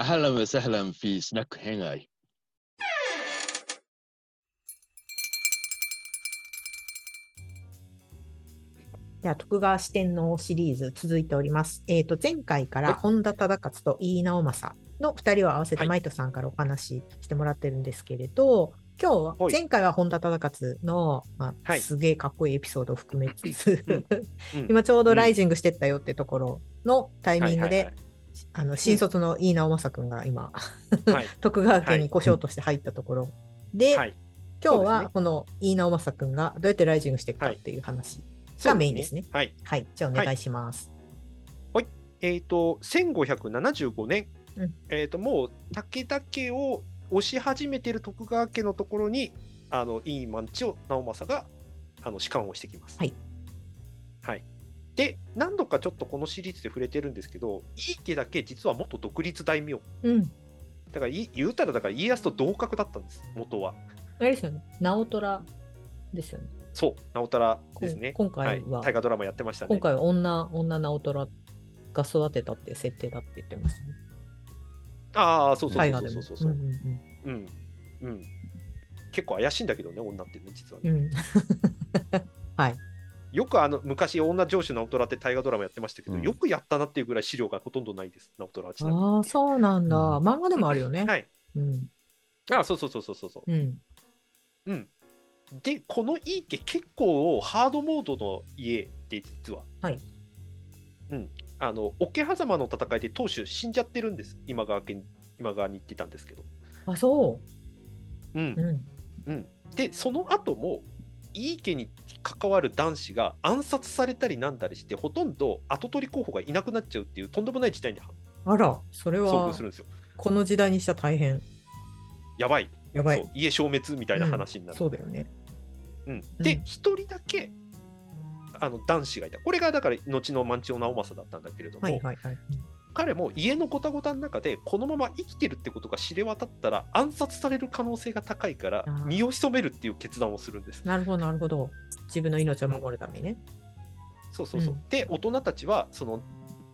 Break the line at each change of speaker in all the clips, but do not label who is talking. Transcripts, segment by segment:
اهلا وسهلا في سناك هيناي
では徳川四天王シリーズ続いております。えっ、と、前回から本田忠勝と飯直政の2人を合わせ
は
て、
い
マイトさんからお話ししてもらってるんですけれど、今日は
は、い
前回は本田忠勝の、まあ
はい
すげえかっこいいエピソードを含めつつ、
うんうん
今ちょうどライジングしてったよってところのタイミングで、
はいはい
あの新卒の飯直政君が今、
はい
徳川家に故障として入ったところで、
はい
今日
そうですね
はこの飯直政君がどうやってライジングしていくかっていう話がメインですね。
はい。
はい、じゃあお願いします。
えっ、と、1575年、
うん
えっ、と、もう武田家を推し始めてる徳川家のところに、あの、いいマンチを直政が、あの、仕官をしてきます。
はい。
はい。で、何度かちょっとこのシリーズで触れてるんですけど、いい家だけ実は元独立大名。
うん。
だからい、言うたら、だから家康と同格だったんです、元は。
あれですよね、直虎ですよね。
そう、直虎
こん
ですね。
今
は
回
い。
は、
大河ドラマやってましたね。
今回は女、女直虎が育てたっていう設定だって言ってますね。
ああ、そうそう
大
そ
河で
うそ
も
うそうそう。
んん
うん。うん。結構怪しいんだけどね、女ってね、実はね。
うん。うん。はい。
よくあの昔、女上司のオトラって大河ドラマやってましたけど、
うん
よくやったなっていうぐらい資料がほとんどないです、ナオトラはちなみに。
ああ、そうなんだ。
うん
漫画でもあるよね。
はい。
うん。
あそうそうそうそうそうそ
うん。
う。うん。で、このいい家、結構ハードモードの家で、実は。
はい。
うん。あの、桶狭間の戦いで当主死んじゃってるんです、今川家に、今川に行ってたんですけど。
あ、そ
うん
う。。うん。
で、その後も、いい家に関わる男子が暗殺されたりなんだりして、ほとんど跡取り候補がいなくなっちゃうっていう、とんでもない事態に
あら、それ
遭
は
遇するんですよ。
この時代にしちゃ大変。
やばい。
やば
そ。
いう
家消滅みたいな話になる、
そうだよね。
うん
う
で
ん
一、人だけあの男子がいたこれがだから後の万千代直政だったんだけれども、
はいはいはい。
彼も家のごたごたの中でこのまま生きてるってことが知れ渡ったら暗殺される可能性が高いから
あー
身を潜めるっていう決断をするんです
なるほどなるほど。自分の命を守るためにね。
そうそうそう、
うん
で大人たちはその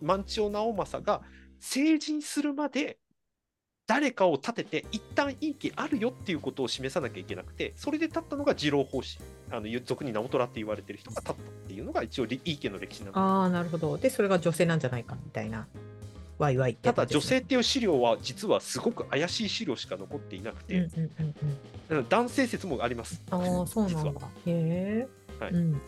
万千代直政が成人するまで誰かを立てて一旦いい気あるよっていうことを示さなきゃいけなくてそれで立ったのが二郎法師あの俗に直虎って言われてる人が立ったっていうのが一応りいい家の歴史なの
ああ、なるほど。で、それが女性なんじゃないかみたいな。わいわいって
た
やつ
だ
で
女
す
性
ね。
っていう資料は実はすごく怪しい資料しか残っていなくて、
うんうんうんうん。
うん男性説もあります
ああ、そうな
実は
んだ。へえ。
はい
うん。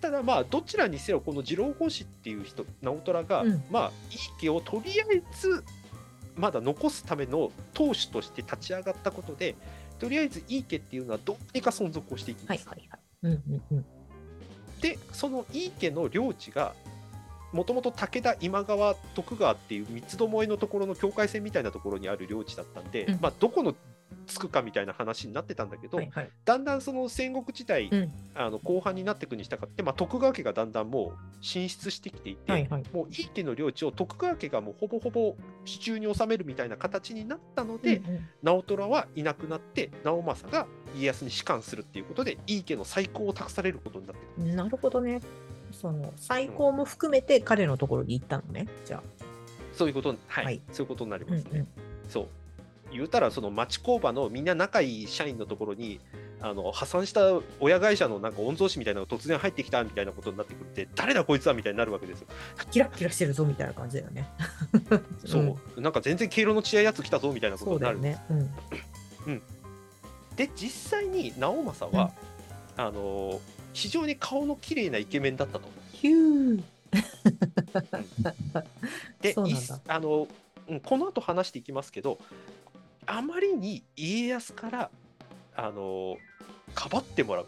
ただまあどちらにせよこの二郎法師っていう人直虎が、
うん
まあ井伊家をとりあえずまだ残すための当主として立ち上がったことでとりあえず井伊家っていうのはどうにか存続をしていき
は
ま
い
す、
はいはい。うんうんうん。
でその井伊家の領地がもともと武田今川徳川っていう三つどもえのところの境界線みたいなところにある領地だったんで、
うん
まあどこのつくかみたいな話になってたんだけど、
はいはい。
だんだんその戦国時代、
うん
あの後半になっていくにしたがって、まあ、徳川家がだんだんもう進出してきていて、
はいはい。
もう井伊家の領地を徳川家がもうほぼほぼ手中に収めるみたいな形になったので、
うんうん、
直虎はいなくなって直政が家康に仕官するっていうことで井伊家の再興を託されることになってくるんです
なるほどね。その最高も含めて彼のところに行ったのね。じゃ
そういうことに、はい
はい
そういうことになり
あ。うん
ま
う
すね。
ん。
そう言うたらその町工場のみんな仲いい社員のところにあの破産した親会社のなんか御曹司みたいなのが突然入ってきたみたいなことになってくるって誰だこいつはみたいになるわけですよ。
キラッキラしてるぞみたいな感じだよね。
そう、なんか全然毛色の違うやつ来たぞみたいなこと
そう
に
だ
な
よ
る。
ね。うん。
で実際に直政は、あの非常に顔の綺麗なイケメンだったと。
ヒュー。
で
そうなんだ
いっあの、うん、この後話していきますけどあまりに家康からあのかばってもらう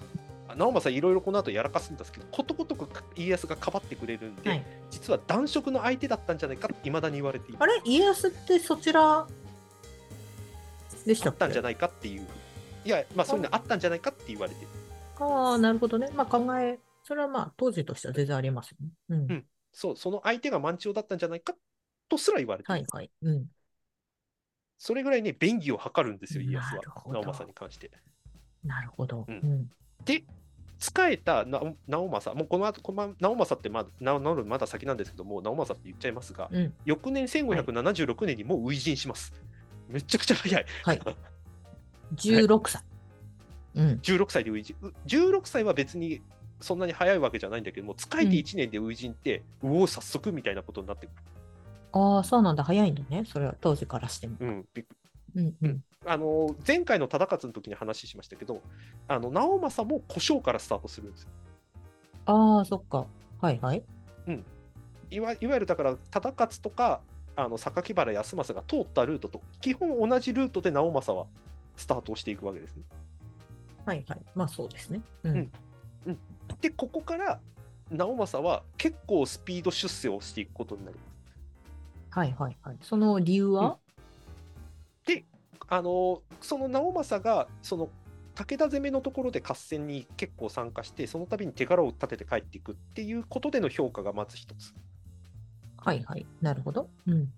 あ直政いろいろこの後やらかすんですけどことごとく家康がかばってくれるんで、
はい
実は男色の相手だったんじゃないかいまだに言われている
あれ家康ってそちらでし
あ
たっ
っ
け
たんじゃないかっていういやまあそういうのあったんじゃないかって言われてる
ああ、なるほどね。まあ考え、それはまあ当時としては全然ありますよね。うん。
うんそうその相手が満潮だったんじゃないかとすら言われてい
は
る、
いはい。うん。
それぐらいね便宜を図るんですよ家康
な
は
るほど
直政に関して。
なるほど。
うん
うん。
で仕えたな直政、もうこの後、このま直政ってまだな直るまだ先なんですけども、直政って言っちゃいますが、
うん
翌年1576年にもう初陣します。めちゃくちゃ早い。
はい。16歳。うん。
16歳で初陣。う16歳は別にそんなに早いわけじゃないんだけども、仕えて1年で初陣って、うおお、早速みたいなことになってく
ああ、そうなんだ。早いんだね。それは当時からしても。
る。うん、びっ
うんうん。
あの前回の忠勝の時に話しましたけど、あの直政も故障からスタートするんですよ。
ああ、そっか。はいはい。
いわいわゆるだから忠勝とかあの榊原康政が通ったルートと基本同じルートで直政はスタートをしていくわけですね。
はいはい。まあそうですね。うん。
うんでここから直政は結構スピード出世をしていくことになる。
はいはいはい。その理由は、
あのその直政がその武田攻めのところで合戦に結構参加してその度に手柄を立てて帰っていくっていうことでの評価がまず一つ。
はいはい。なるほど。うん。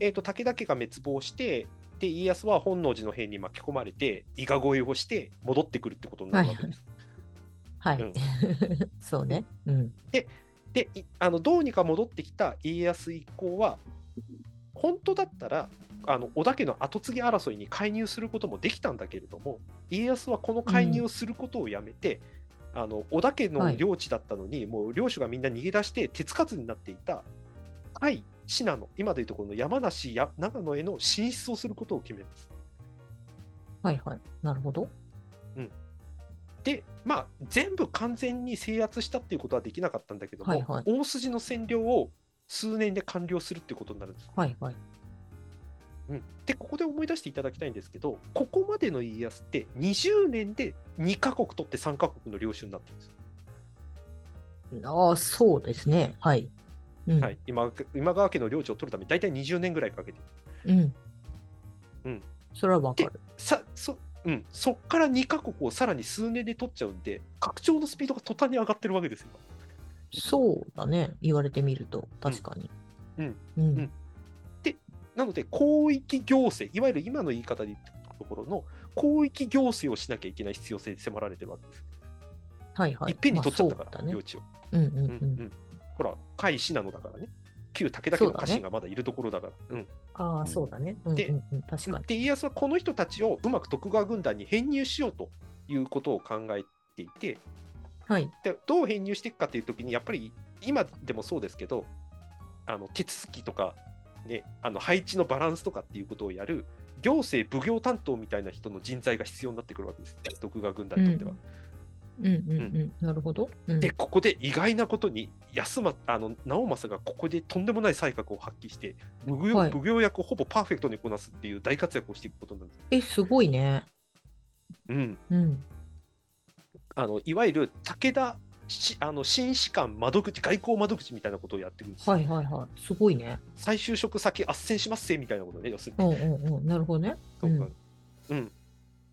えー、と武田家が滅亡してで家康は本能寺の変に巻き込まれて伊賀越えをして戻ってくるってことになるわけです。
はい。
うん
そうね。うん。
でいあのどうにか戻ってきた家康一行は本当だったらあの織田家の跡継ぎ争いに介入することもできたんだけれども家康はこの介入をすることをやめて、あの織田家の領地だったのに、もう領主がみんな逃げ出して手つかずになっていた甲斐信濃今でいうところの山梨や長野への進出をすることを決めます。
はいはい。なるほど。
で、まあ、全部完全に制圧したっていうことはできなかったんだけども、
はいはい
大筋の占領を数年で完了するっていうことになるんです。
はいはい。
うん、で、ここで思い出していただきたいんですけど、ここまでの家康って20年で2カ国取って3カ国の領主になってるんですよ。
ああ、そうですね。はい。うん。
はい、今今川家の領地を取るために大体20年ぐらいかけて
うん。
うん。
それはわかる。
さそ、うん、そっから2カ国をさらに数年で取っちゃうんで、拡張のスピードが途端に上がってるわけですよ。
そうだね。言われてみると、確かに。
うん。
うん。
んなので、広域行政、いわゆる今の言い方で言ったところの、広域行政をしなきゃいけない必要性に迫られてるわけです。、
はいはいい。
っぺんに取っちゃったか
まあ
ら、
そうだね
領。地を。
うんうんう。
うんんうん、ほら、甲斐信濃だからね。旧武田家の家
そうだ
臣
ね
がまだいるところだから。うん
あ
う
あ、
ん
そうだね。うん
で
うんうん。確かに。
で、家康はこの人たちをうまく徳川軍団に編入しようということを考えていて、
はい。
でどう編入していくかというときに、やっぱり今でもそうですけど、あの手続きとか、ね、あの配置のバランスとかっていうことをやる行政、奉行担当みたいな人の人材が必要になってくるわけです、徳川軍団にとっては。
うんうんうん。なるほど。うん
で、ここで意外なことに安まあの直政がここでとんでもない才覚を発揮して、奉行,、
はい
奉行役をほぼパーフェクトにこなすっていう大活躍をしていくことになるんです。
え、すごいね。
うん、
うん。
あのいわゆる武田しあの紳士官窓口、外交窓口みたいなことをやってくるんです。
はいはいはい。すごいね。
再就職先斡旋しますせみたいなことね、要する
う
に。
んうんうん。なるほどね。うん
そうかうん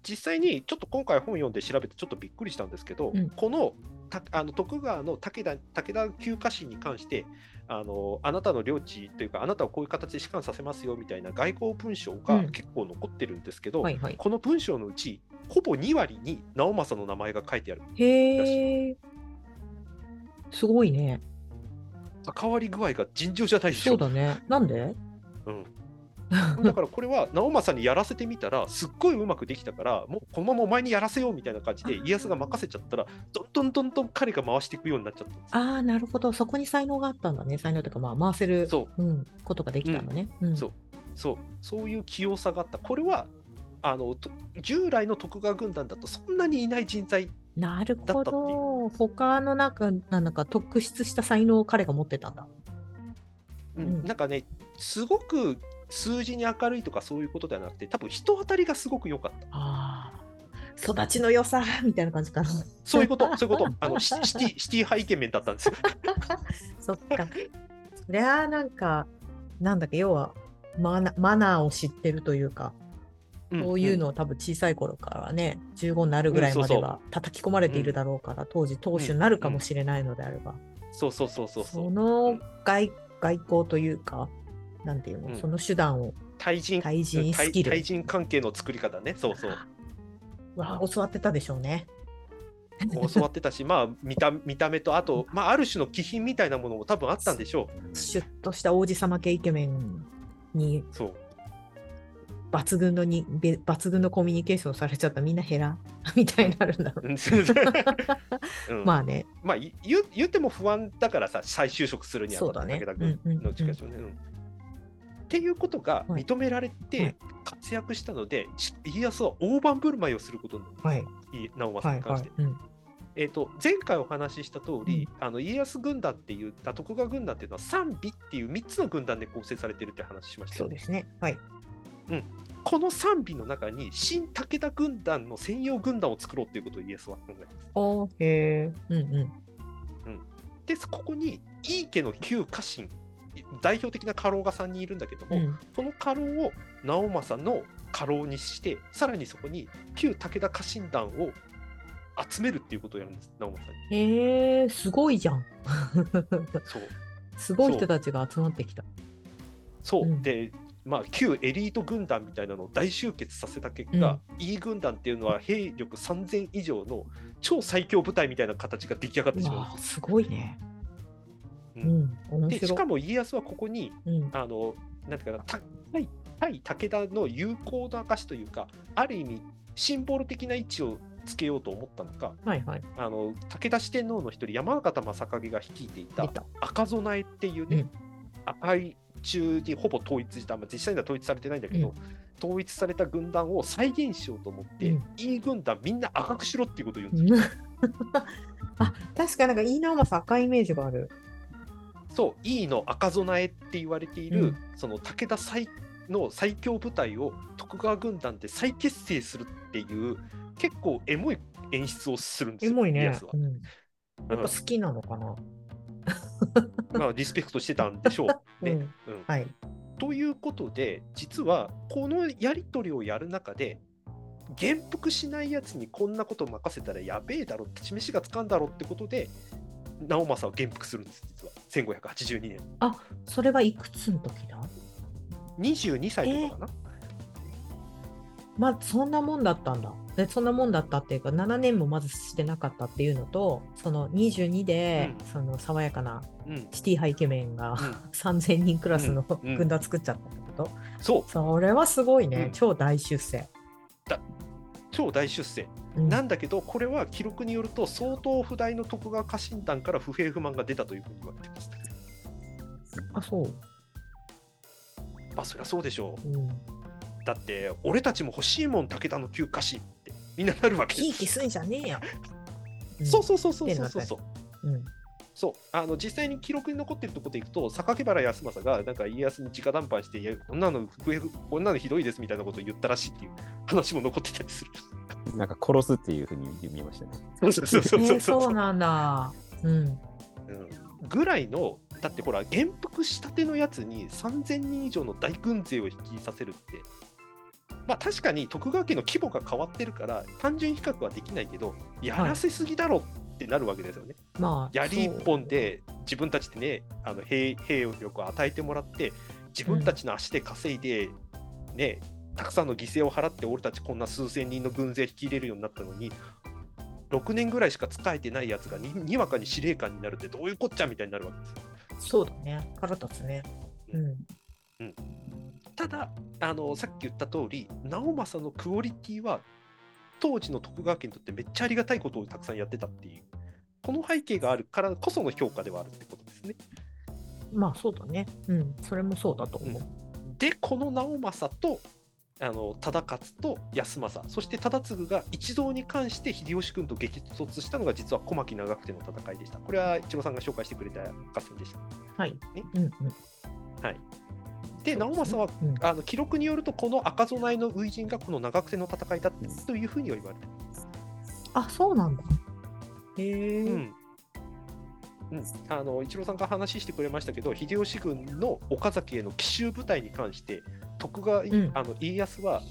実際にちょっと今回本読んで調べてちょっとびっくりしたんですけど、
うん
このたあの徳川の武田武田旧家臣に関してあのあなたの領地というかあなたをこういう形で仕官させますよみたいな外交文書が
うん
結構残ってるんですけど、
はいはい。
この文章のうちほぼ2割に直政の名前が書いてある
へえ。すごいね。
関わり具合が尋常じゃないでしょ
そうだね。なん で
うんだからこれは直政にやらせてみたらすっごいうまくできたからもうこのままお前にやらせようみたいな感じで家康が任せちゃったらどんどんどんどん彼が回していくようになっちゃったんです
ああ、なるほど。そこに才能があったんだね。才能というか、まあ、回せる、、
そう
ん、ことができたんだね。うん。
そうそうそういう器用さがあったこれはあのと従来の徳川軍団だとそんなにいない人材
なる
だ
ほ
ったってい
ど。他の中、なんか特筆した才能を彼が持ってたんだ。
うん
うん
なんかねすごく数字に明るいとかそういうことではなくて多分人当たりがすごく良かった
ああ。育ちの良さみたいな感じかな。
そういうことそういうことあのシシティシティ派イケメンだったんですよ
そっか。そりゃあなんか、なんだっけ、要はマナマナーを知ってるというか、こういうのを多分小さい頃からね、15になるぐらいまで
うんそう
は叩き込まれているだろうから、当時、当主になるかもしれないのであれば、
うんそうそうそうそうそ
そうの外外交というか、なんていうの、
うん
その手段を
対人
対人ス
対
キル
対人関係の作り方ねそうそう
わあ教わってたでしょうね。
教わってたし、まあ、見た見た目と、あと、まあ、ある種の気品みたいなものも多分あったんでしょ
シュッとした王子様系イケメンに
う。そう
抜群のにべ抜群のコミュニケーションされちゃったみんなヘラ みたいになるんだろ
うんうん
う。 まあね、
まあ、い言う言っても不安だからさ、再就職するにあたった
そうだ
武
ね
田
うんうん
君
うん
の近くね。うんっていうことが
はい
認められ
は
て
い
活躍したので、し家康は大盤振る舞いをすることになる
はい、
い直政
は
に
い、
関
は
して
い。。うん
えー、と前回お話しした通り、あの家康軍団って言った徳川軍団っていうのは三尾っていう3つの軍団で構成されてるって話しました
そ
よ
う
ね。
ですね。はい。
この三尾の中に新武田軍団の専用軍団を作ろうということを家康は考えます。
おーへえ。うんうん。
でここに井伊家の旧家臣代表的な家老が3人いるんだけども、
うん
この家老を直政の家老にしてさらにそこに旧武田家臣団を集めるっていうことをやるんです直政に。
へえ、すごいじゃん。
そう
すごい人たちが集まってきた。
そう、
うん
で、まあ、旧エリート軍団みたいなのを大集結させた結果、E 軍団っていうのは兵力3000以上の超最強部隊みたいな形が出来上がって
う
しま
わあ、すごいね。
う
うんん、
う。
面
でし
白
か
い。
も家康はここに
うん、
あのなんていうかなた対対武田の友好の証というかある意味シンボル的な位置をつけようと思ったのか
はいはい。
あの武田四天王の一人山形正景が率いていた
出た。
赤備えっていうね、
うん
赤い中にほぼ統一した、まあ、実際には統一されてないんだけど、
うん
統一された軍団を再現しようと思って、
う
い
ん
い軍団みんな赤くしろっていうことを言うんですよ。
うん あ、確かなんかいいなおまさ赤いイメージがある。
そう E の赤備えって言われている、
うん
その武田最の最強部隊を徳川軍団で再結成するっていう結構エモい演出をするんです
エ
よ。
モい
家
ね
康は。
う
うん
ん、やっぱ好きなのかな。
まあリスペクトしてたんでしょう。ね
うん
うん
はい。
ということで実はこのやり取りをやる中で元服しないやつにこんなこと任せたらやべえだろって示しがつかんだろってことで直政は元服するんです実は1582年
それはいくつの時だ
22歳とかかな、
まあそんなもんだったんだ。でそんなもんだったっていうか7年もまずしてなかったっていうのとその22で、
うん
その爽やかな
うん
シティ派イケメンが
うん、
3000人クラスの
うんうん
軍団作っちゃったってこと、
そう
それはすごいね、
うん
超大出世。
超大出世
うん
なんだけどこれは記録によると相当不大の徳川家臣団から不平不満が出たというふうに言われてます
あそう、
まあそりゃそうでしょ
うん、
うだって俺たちも欲しいもん武田の旧家臣ってみんななるわけ
ひ
で
いき
す
すんじゃねえよ。ん
そうそうそうそうそうそうそう
うん
そうあの実際に記録に残ってるところでいくと榊原康政がなんか家康に直談判していやこんなの不平不こんなのひどいですみたいなことを言ったらしいっていう話も残ってたりする
なんか殺すっていうふうに見ましたね。
そうそうそう
え
そうそう
ー、
そ
そううなんだ。うん。
うんぐらいのだってほら元服したてのやつに3000人以上の大軍勢を率いさせるってまあ確かに徳川家の規模が変わってるから単純比較はできないけどやらせすぎだろってなるわけですよね。
まあ。
槍
そう
一本。で自分たちでねあの兵兵力を与えてもらって自分たちの足で稼いで、ねたくさんの犠牲を払って俺たちこんな数千人の軍勢引き入れるようになったのに6年ぐらいしか仕えてないやつがににわかに司令官になるってどういうこっちゃみたいになるわけですよ。
そうだね。腹立つね。うん。
ただあのさっき言った通り直政のクオリティは当時の徳川家にとってめっちゃありがたいことをたくさんやってたっていうこの背景があるからこその評価ではあるってことですね。
まあそうだね。うん。それもそうだと思う。
でこの直政とあの忠勝と康政そして忠次が一同に関して秀吉軍と激突したのが実は小牧長久手の戦いでしたこれは一郎さんが紹介してくれた合戦でした
はい。
ね
うんうん。
で直政は
うん。
あの記録によるとこの赤備えの初陣がこの長久手の戦いだったというふうには言われてる
あ、そうなんだ。へえ。
うんうん、あの一郎さんが話してくれましたけど秀吉軍の岡崎への奇襲部隊に関して徳川、
ん
あの家康は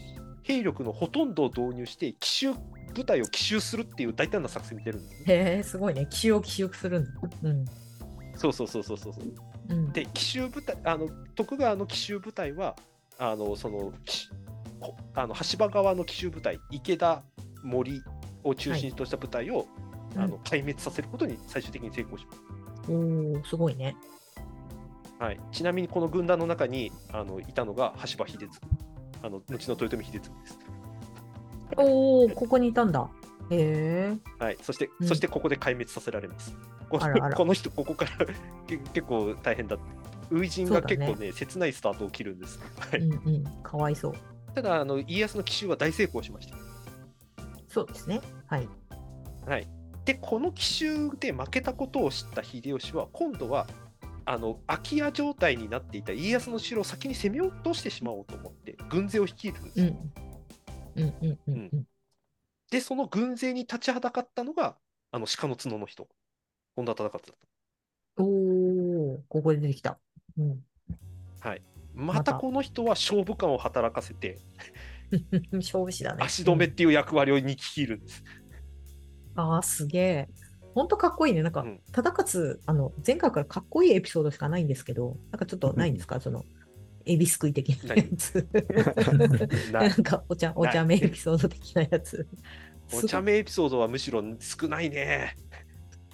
兵力のほとんどを導入して奇襲部隊を奇襲するっていう大胆な作戦に出るんですね。
へえ、すごいね。奇襲を奇襲するんだ。うん。
そうそうそうそうそうそう
うん。
で奇襲部隊あの徳川の奇襲部隊はあのそのきこあの橋場側の奇襲部隊池田森を中心とした部隊をあの壊滅させることに最終的に成功します。
おお、すごいね。
はい、ちなみにこの軍団の中にあのいたのが羽柴秀次、あの後の豊臣秀次です。
おお、ここにいたんだ。へえ。
はい、そして、
うん
そしてここで壊滅させられます。この
あらあら
この人、ここからけ結構大変だって。初陣が結構
そう
ね切ないスタートを切るんです。はい
うんうん、かわいそう。
ただあの、家康の奇襲は大成功しました。
そうですね。はい。
で、この奇襲で負けたことを知った秀吉は、今度はあの空き家状態になっていた家康の城を先に攻め落としてしまおうと思って、軍勢を率いるんです
う
よ。
ん。うんうんうんうん。
で、その軍勢に立ちはだかったのが、あの鹿の角の人、本田忠勝だっ
おお、ここで出てきた。うん。
た。はい、ま
ま
た
た
この人は勝負感を働かせて、
勝負師だね。
足止めっていう役割をにきるんです。
ああ、すげえ。ほんとかっこいいね。なんか
うん、
忠勝、あの、前回からかっこいいエピソードしかないんですけど、なんかちょっとないんですか、その、エビすくい的なやつ。
な
な んか、お茶、お茶目エピソード的なやつ。
お茶目エピソードはむしろ少ないね。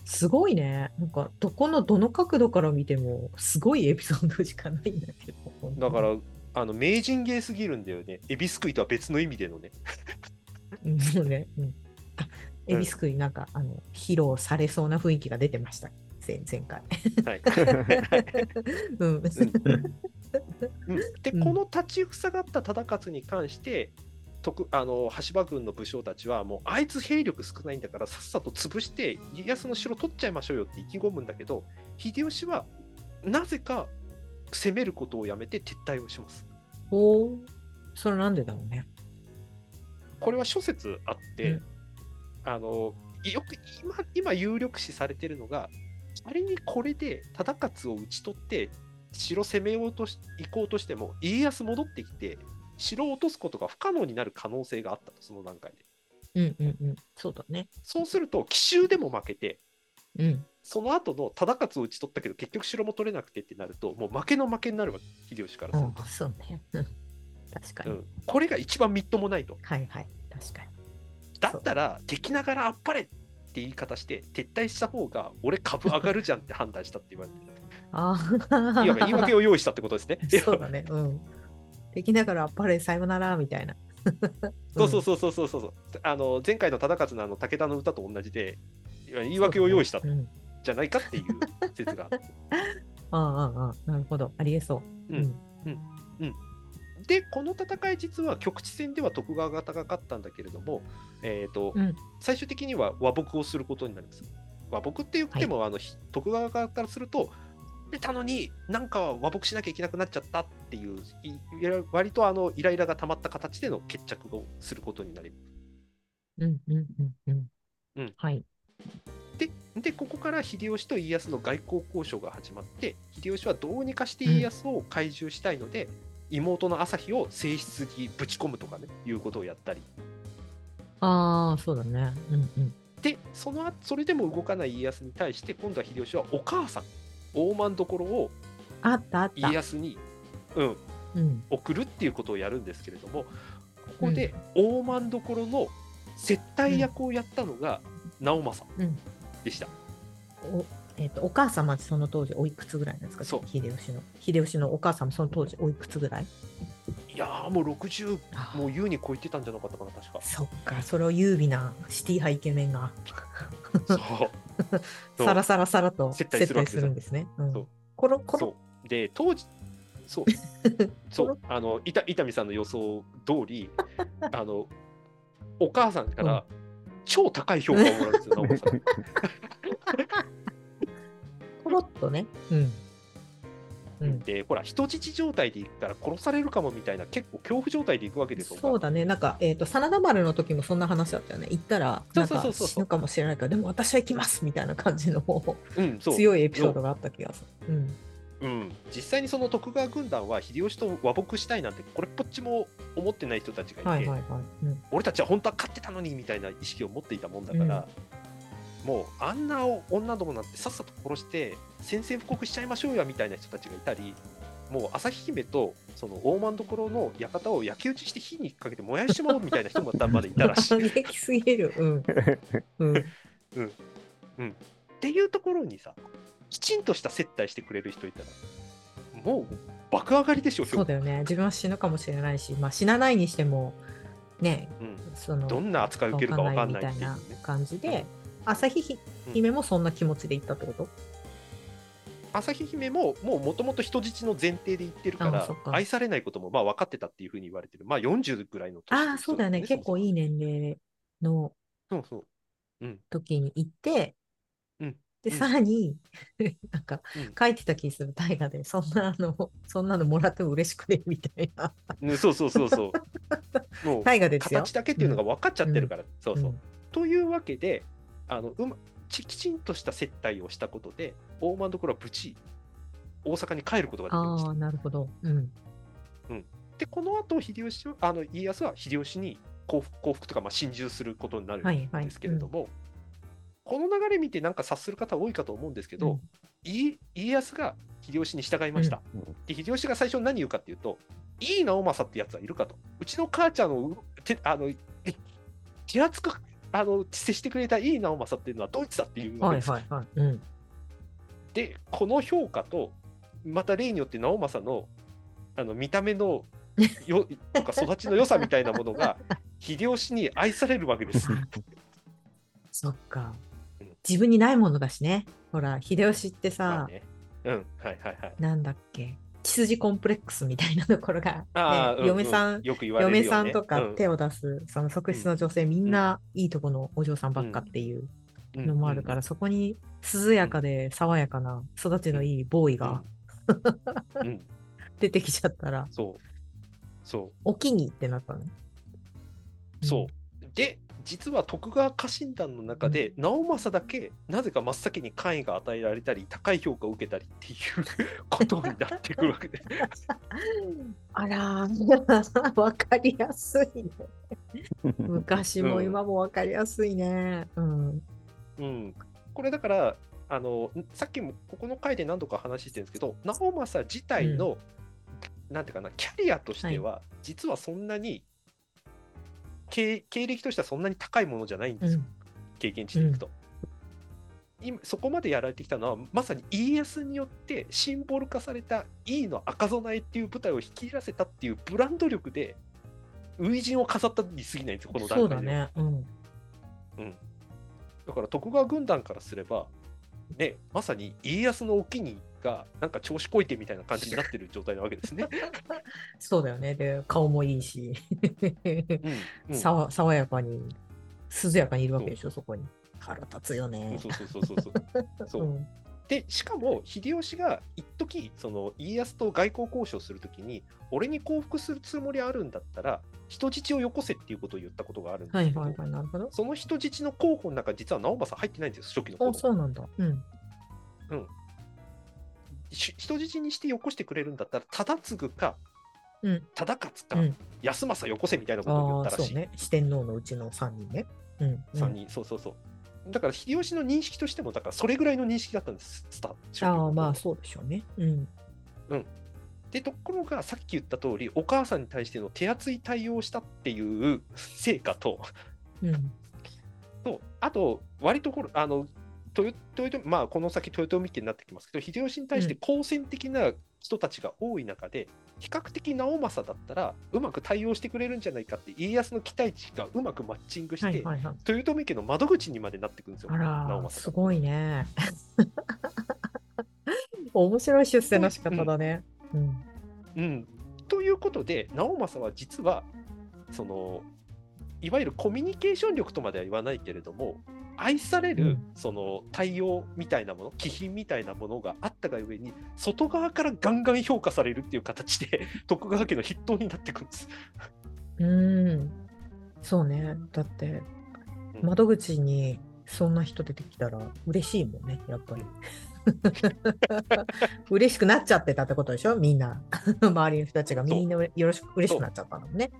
すごいね。なんか、どこの、どの角度から見ても、すごいエピソードしかないんだけど。
だか、ら、あの名人芸すぎるんだよね。エビすくいとは別の意味でのね。
うんそうね。うん。あエビすくい、なんか、あの、披露されそうな雰囲気が出てました。前前回。
はい
うん。
うんで、
うん
この立ち塞がった忠勝に関して、徳あの羽柴軍の武将たちは、もうあいつ兵力少ないんだから、さっさと潰して、家康の城取っちゃいましょうよって意気込むんだけど、秀吉はなぜか攻めることをやめて撤退をします。
おーそれなんでだろうね。
これは諸説あって、
うん
あのよく今今有力視されてるのが仮にこれで忠勝を討ち取って城攻めようとし行こうとしても家康戻ってきて城を落とすことが不可能になる可能性があったとその段階で
うんうんうん。そうだね。
そうすると奇襲でも負けて
うん。
その後の忠勝を討ち取ったけど結局城も取れなくてってなるともう負けの負けになるわけ秀吉から
う
する
ん、そうね。うん確か
と、
に。
うんこれが一番みっともないと
はいはい。確かに。
だったら敵ながらあっぱれって言い方して撤退した方が俺株上がるじゃんって判断したって言われ てる
あ
いわば言い訳
あ。
を用意したってことですね
そうだね。うん。できながら、バレーさよならみたいな。
そうそうそうそうそうそうあの前回の忠勝のあの武田の歌と同じでいわ言い訳を用意したん
うん。うん
じゃないかっていう説があって
ああああああ、なるほど。ありえそう。
うんでこの戦い実は局地戦では徳川方が勝ったんだけれども、えーと
うん
最終的には和睦をすることになります和睦って言っても、あのひ徳川側からすると出たのになんか和睦しなきゃいけなくなっちゃったっていういい割とあのイライラが溜まった形での決着をすることになりま
うんうんうんうん。
うん
はい。
すででここから秀吉と家康の外交交渉が始まって秀吉はどうにかして家康を懐柔したいので、妹の朝日を正室にぶち込むとかねいうことをやったり
ああ、そうだね。うんうん。
でその後それでも動かない家康に対して今度は秀吉はお母さん大満どころを
あったあっ
家
た。
康に、うん、
うん。
送るっていうことをやるんですけれどもここで大満どころの接待役をやったのが直政
うん
でした、
おえっとお母様ってその当時おいくつぐらいなんですか
そう
秀吉の秀吉のお母様その当時おいくつぐらい
いやーもう60
あー
もう優に超えてたんじゃなかったかな確か
そっかそれを優美なシティ派イケメンが
そうそう
さらさらさらと
接待するわけですよ
接んですね。うん
そう
コロコロ
そうで当時そう そうあの伊丹伊丹さんの予想 通りあのお母さんから超高い評価をもらう んですよ、直政
コロっとね。うん。うん、
でほら人質状態で行ったら殺されるかもみたいな結構恐怖状態で行くわけですよ
そうだね、なんか、えっ、と、真田丸の時もそんな話だったよね。行ったら、なん
そうそう
か
そうそう
死ぬかもしれないから、でも私は行きますみたいな感じの
うんそう
強いエピソードがあった気がする。うん。
うん、実際にその徳川軍団は秀吉と和睦したいなんてこれっぽっちも思ってない人たちがいて、
はいはいはい。 うん、
俺たちは本当は勝ってたのにみたいな意識を持っていたもんだから、もうあんな女どもなんてさっさと殺して宣戦布告しちゃいましょうやみたいな人たちがいたりもう朝日姫とその大満所の館を焼き討ちして火に か けて燃やしてもらおうみたいな人もまたまだいたらしい
過激すぎる。うん。うん。
っていうところにさ、きちんとした接待してくれる人いたら、もう爆上がりでしょ、
そうだよね。自分は死ぬかもしれないし、まあ、死なないにしても、ね、
うん、
その、
どんな扱い受けるか分かんない
わ
っていう
かん
ね
みたいな感じで、朝日ひ姫もそんな気持ちで行ったってこと、
朝日姫ももうもともと人質の前提で言ってるか
あ
ら
そっか
愛されないこともまあ分かってたっていうふうに言われてるまあ40ぐらいの年
ああ、そうだよね。結構いい年齢の
そうそう
時に行って、
うん
で、
うん
さらに、 なんか
うん、
書いてた気する大河で、そんなあの、そんなのもらっても嬉しくね、みたいな。
ねそうそうそ うそう。もう
大河ですよ。
形だけっていうのが分かっちゃってるから、そうそうう。
ん
というわけであのうまきちんとした接待をしたことで大間のところは無事大阪に帰ることができまし
あ
た
あ、。なるほど。うん。
でこの後秀吉はあの家康は秀吉に降伏降伏とか、まあ、侵入することになる
はいはい
んですけれども、この流れ見てなんか察する方多いかと思うんですけど、
うん
い家康が秀吉に従いました、
うん
で秀吉が最初に何言うかっていうと「いい直政ってやつはいるか」と「うちの母ちゃんをう手あのえ手厚くあの接してくれたいい直政っていうのはドイツだ」っていうわ
は
けで
い
すよ
はいはい。 うん。
でこの評価とまた例によって直政のあの見た目のよとか育ちの良さみたいなものが秀吉に愛されるわけです。
そっか
うん。
自分にないものだしね。ほら、秀吉ってさ、
まあね、うんはいはいはい。
なんだっけ、血筋コンプレックスみたいなところが、ね
ああ、う
嫁さ、
うんよく言われるよ、ね、
嫁さんとか
うん
手を出す、その側室の女性、みんないいとこのお嬢さんばっかっていうのもあるから、そこに涼やかで爽やかな育ちのいいボーイが
うんうん
出てきちゃったら、
そうそ
おきにってなったね。
うそう。で実は徳川家臣団の中で、直政だけなぜか真っ先に官位が与えられたり高い評価を受けたりっていうことになってくる わけで
うん。あらー、 わかりやすいね。昔も今もわかりやすいね。うん。
うん、これだからあのさっきもここの回で何度か話してるんですけど直政自体の、なんていうかなキャリアとしては、実はそんなに経経歴としてはそんなに高いものじゃないんで
う
すよ、
ん。
経験値でいくと。今そこまでやられてきたのはまさに家康によってシンボル化された E の赤備えっていう舞台を引き入らせたっていうブランド力で初陣を飾ったに過ぎないんですよこの段
そう
階で
だね。うん。
だから徳川軍団からすれば、ね、まさに家康のお気に入りがなんか調子こいてみたいな感じになってる状態なわけで すね。
そうだよね。で、顔もいいし。
うんうん
さわ爽やかに涼やかにいるわけでしょそこに腹立つよね
そうそうそうそうそう。そうでしかも秀吉が一時その家康と外交交渉するときに俺に降伏するつもりあるんだったら人質をよこせっていうことを言ったことがあるんで
はい
すけど、
はいはいなるほど
その人質の候補の中実は直政入ってないんですよ初期の
あ
頃
そうなんだうん
し人質にしてよこしてくれるんだったら忠次か、
うん
忠勝か、
うん
康政よこせみたいなことを言
あ
っ
あ
たら
そ
し
う
い。
ね四天王のうちの三人ねうん
三人、そうそうそう。だから秀吉の認識としても、だからそれぐらいの認識だったんです、スタ
うんああまあそうでしょうねうん
で、ところがさっき言った通り、お母さんに対しての手厚い対応をしたっていう成果と、
うん
とあと、割とこれ、あの、豊豊臣まあ、この先、豊臣家になってきますけど、秀吉に対して
うん
好戦的な人たちが多い中で、比較的直政だったら、うまく対応してくれるんじゃないかって、家康の期待値がうまくマッチングして、
はいはいはい
豊臣家の窓口にまでなってくるんですよ、
あ
直
ら
政
す
が
ごいね 面白い出世の仕方だねうん
うん、ということで直政は実はそのいわゆるコミュニケーション力とまでは言わないけれども愛され
う
る
ん
その対応みたいなもの気品みたいなものがあったがゆえに外側からガンガン評価されるっていう形で 徳川家の筆頭になってくるんです。
うんそうねだって
うん
窓口にそんな人出てきたら嬉しいもんねやっぱり 嬉しくなっちゃってたってことでしょみんな 周りの人たちが
そう
みんなうれよろしく嬉しくなっちゃったのね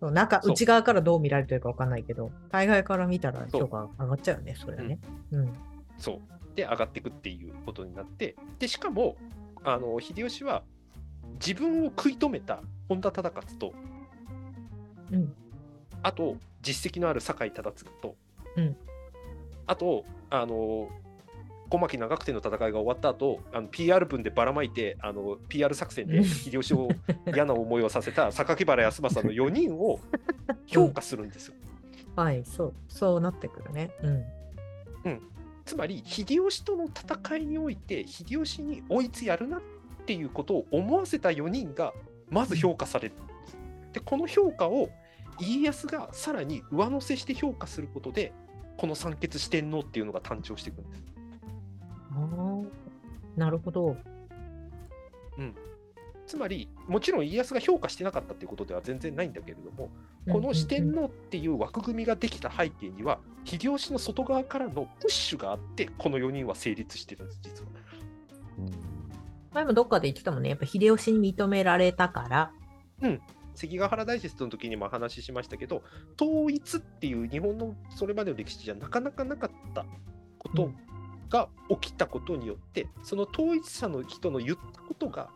そうなんか
そう
内側からどう見られてるかわかんないけど対外から見たら
そう
評価上がっちゃうよねそれはねうん
そうで上がっていくっていうことになってでしかもあの秀吉は自分を食い止めた本田忠勝と
うん
あと実績のある酒井忠次と、
うん
あとああの小牧長久手の戦いが終わった後あの PR 文でばらまいてあの PR 作戦
う
で
ん
秀吉を嫌な思いをさせた榊原康政の4人を評価するんですよ。
はい、そう、そうなってくるね。うん。
つまり秀吉との戦いにおいて秀吉に「おいつやるな」っていうことを思わせた4人がまず評価されるんです。でこの評価を家康がさらに上乗せして評価することでこの三傑四天王っていうのが誕生していくんです。
ああ、なるほど。
つまりもちろん家康が評価してなかったっていうことでは全然ないんだけれどもこの四天
の
王っていう枠組みができた背景には秀吉の外側からのプッシュがあってこの4人は成立してるんです実は。
前もどっかで言ってたもんね。やっぱ秀吉に認められたから。
関ヶ原大説の時にもお話ししましたけど統一っていう日本のそれまでの歴史じゃなかなかなかったことが起きたことによってその統一者の人の言ったことが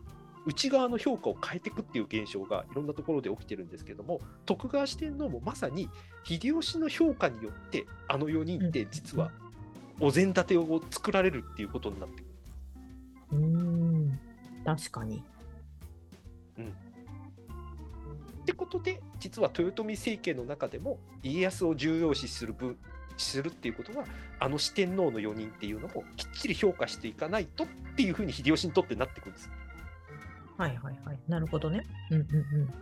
内側の評価を変えていくっていう現象がいろんなところで起きてるんですけども徳川四天王もまさに秀吉の評価によってあの4人って実はお膳立てを作られるっていうことになってくる。
うーん、確かに。
ってことで実は豊臣政権の中でも家康を重要視する分するっていうことはあの四天王の4人っていうのもきっちり評価していかないとっていうふうに秀吉にとってなってくるんです、
はいはいはい。なるほどね。うんうんうん。
うん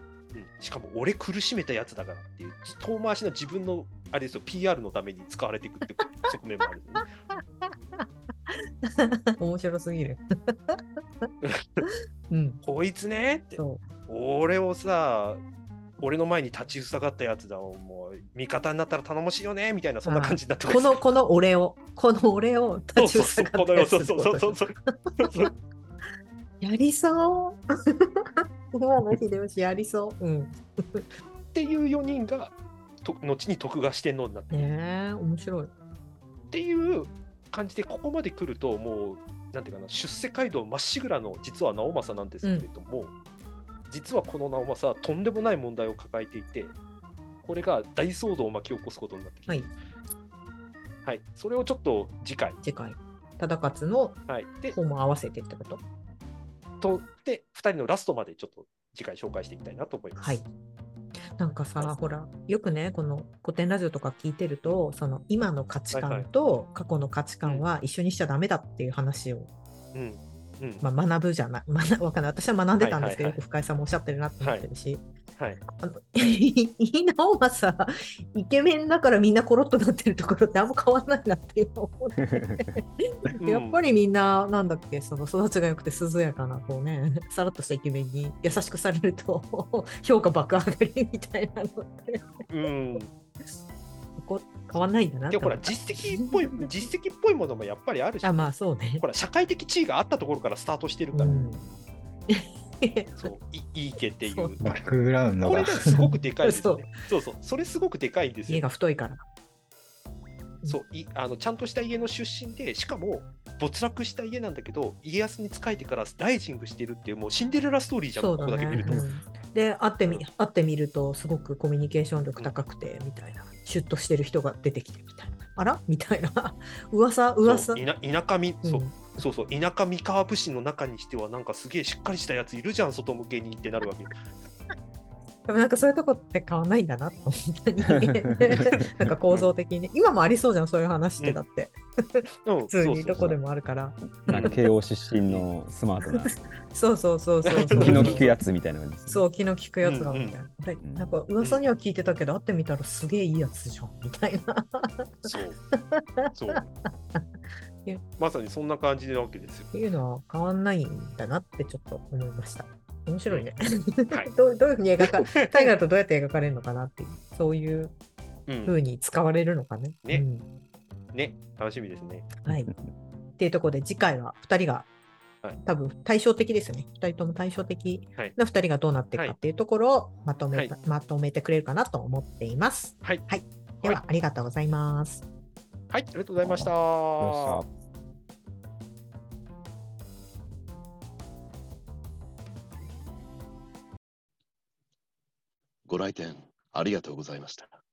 しかも俺苦しめたやつだからっていう遠回しな自分のあれですよ PR のために使われていくっていう側面もあるんですね
面白すぎ る。うん、
こいつねって
そ
俺をさ俺の前に立ち塞がったやつだもう味方になったら頼もしいよねみたいなそんな感じになって
う。
く
こ
る
の、この俺を、この俺を
そう
立ち
そうそう
塞がっ
この
たや
世
つ
そうそうそうそうそう
やりそう。 今の秀吉やりそう。うん。
っていう4人がと後に徳川四天王になってるっ
ねえ、面白い。
ていう感じでここまで来るともうなんていうかな出世街道まっしぐらの実は直政なんですけれども、実はこの直政はとんでもない問題を抱えていてこれが大騒動を巻き起こすことになってきて、
はい、
はい、それをちょっと次回、
次回。忠勝の
はい、で
方も合わせてってこと
とで2人のラストまでちょっと次回紹介していきたいなと思います。
はい。なんかさ、ほら、よくね、この古典ラジオとか聞いてると、その今の価値
はいは
観
い
と過去の価値観は一緒にしちゃダメだっていう話を、
うんうん
まあ、学ぶじゃない、 学わかんない。私は学んでたんですけど、
はいはいはい
よく深井さんもおっしゃってるなって思ってるし、
はい、
あの、いいなおまさ、イケメンだからみんなコロッとなってるところ何も変わんないなっていうのを思ってやっぱ
り、
りみんな、なんだっけ、その育ちが良くて涼やかな、こうね、さらっとしたイケメンに優しくされると、評価爆上がりみたいなのって、
うん
こ変わんないんだなって
でほ
思
ら
った。
実績っぽい実績っぽいものもやっぱりあるし、
あ、まあそうね。
ほら社会的地位があったところからスタートしてるから、
うん
そういいい家っていう
そう
バックグラウンド
これ
が
がすごくでかいですよねそうそうそれすごくでかいんです
家
よ
が太いから。
そういあのちゃんとした家の出身でしかも没落した家なんだけど家康に仕えてからライジングしてるっていうもうシンデレラストーリーじゃん、
そう
こ
だ
こだけ見
ね
る。と、
うんで、会ってみ、会ってみると、すごくコミュニケーション力高くて、みたいな。シュッとしてる人が出てきて、みたいな。あらみたいな。 噂、
そ
噂。
ういな田舎み、
うん
そうそうそう田舎三河武士の中にしてはなんかすげえしっかりしたやついるじゃん外向けにってなるわけ
でもなんかそういうとこって変わんないんだなと思った ねなんか構造的にね今もありそうじゃんそういう話ってだって、
うん
普通に
そう
ど
そ
こ
う
でもあるから
なんか慶応出身のスマートな
そうそうそうそう そう
気の利くやつみたいな感じですね。
そう気の利くやつだみたいな、で
ん
なんか噂には聞いてたけど、会ってみたらすげえいいやつじゃんみたいな
そうそう
いや
まさにそんな感じなわけですよ
っていうのは変わんないんだなってちょっと思いました面白いね、
はい、
どうどういうふうに描か大河だとどうやって描かれるのかなっていうそういう
うん
ふうに使われるのかね
ね
うん
ね、楽しみですね。
はい。っていうところで次回は2人が、
はい
多分対照的ですよね。2人とも対照的
はい
な2人がどうなっていく
は
か
い
っていうところをまとめた、
は
まとめてくれるかなと思っています。
はい
で
は
はありがとうございます。
はい、ありがとうございました。
よっしゃ
ご来店ありがとうございました。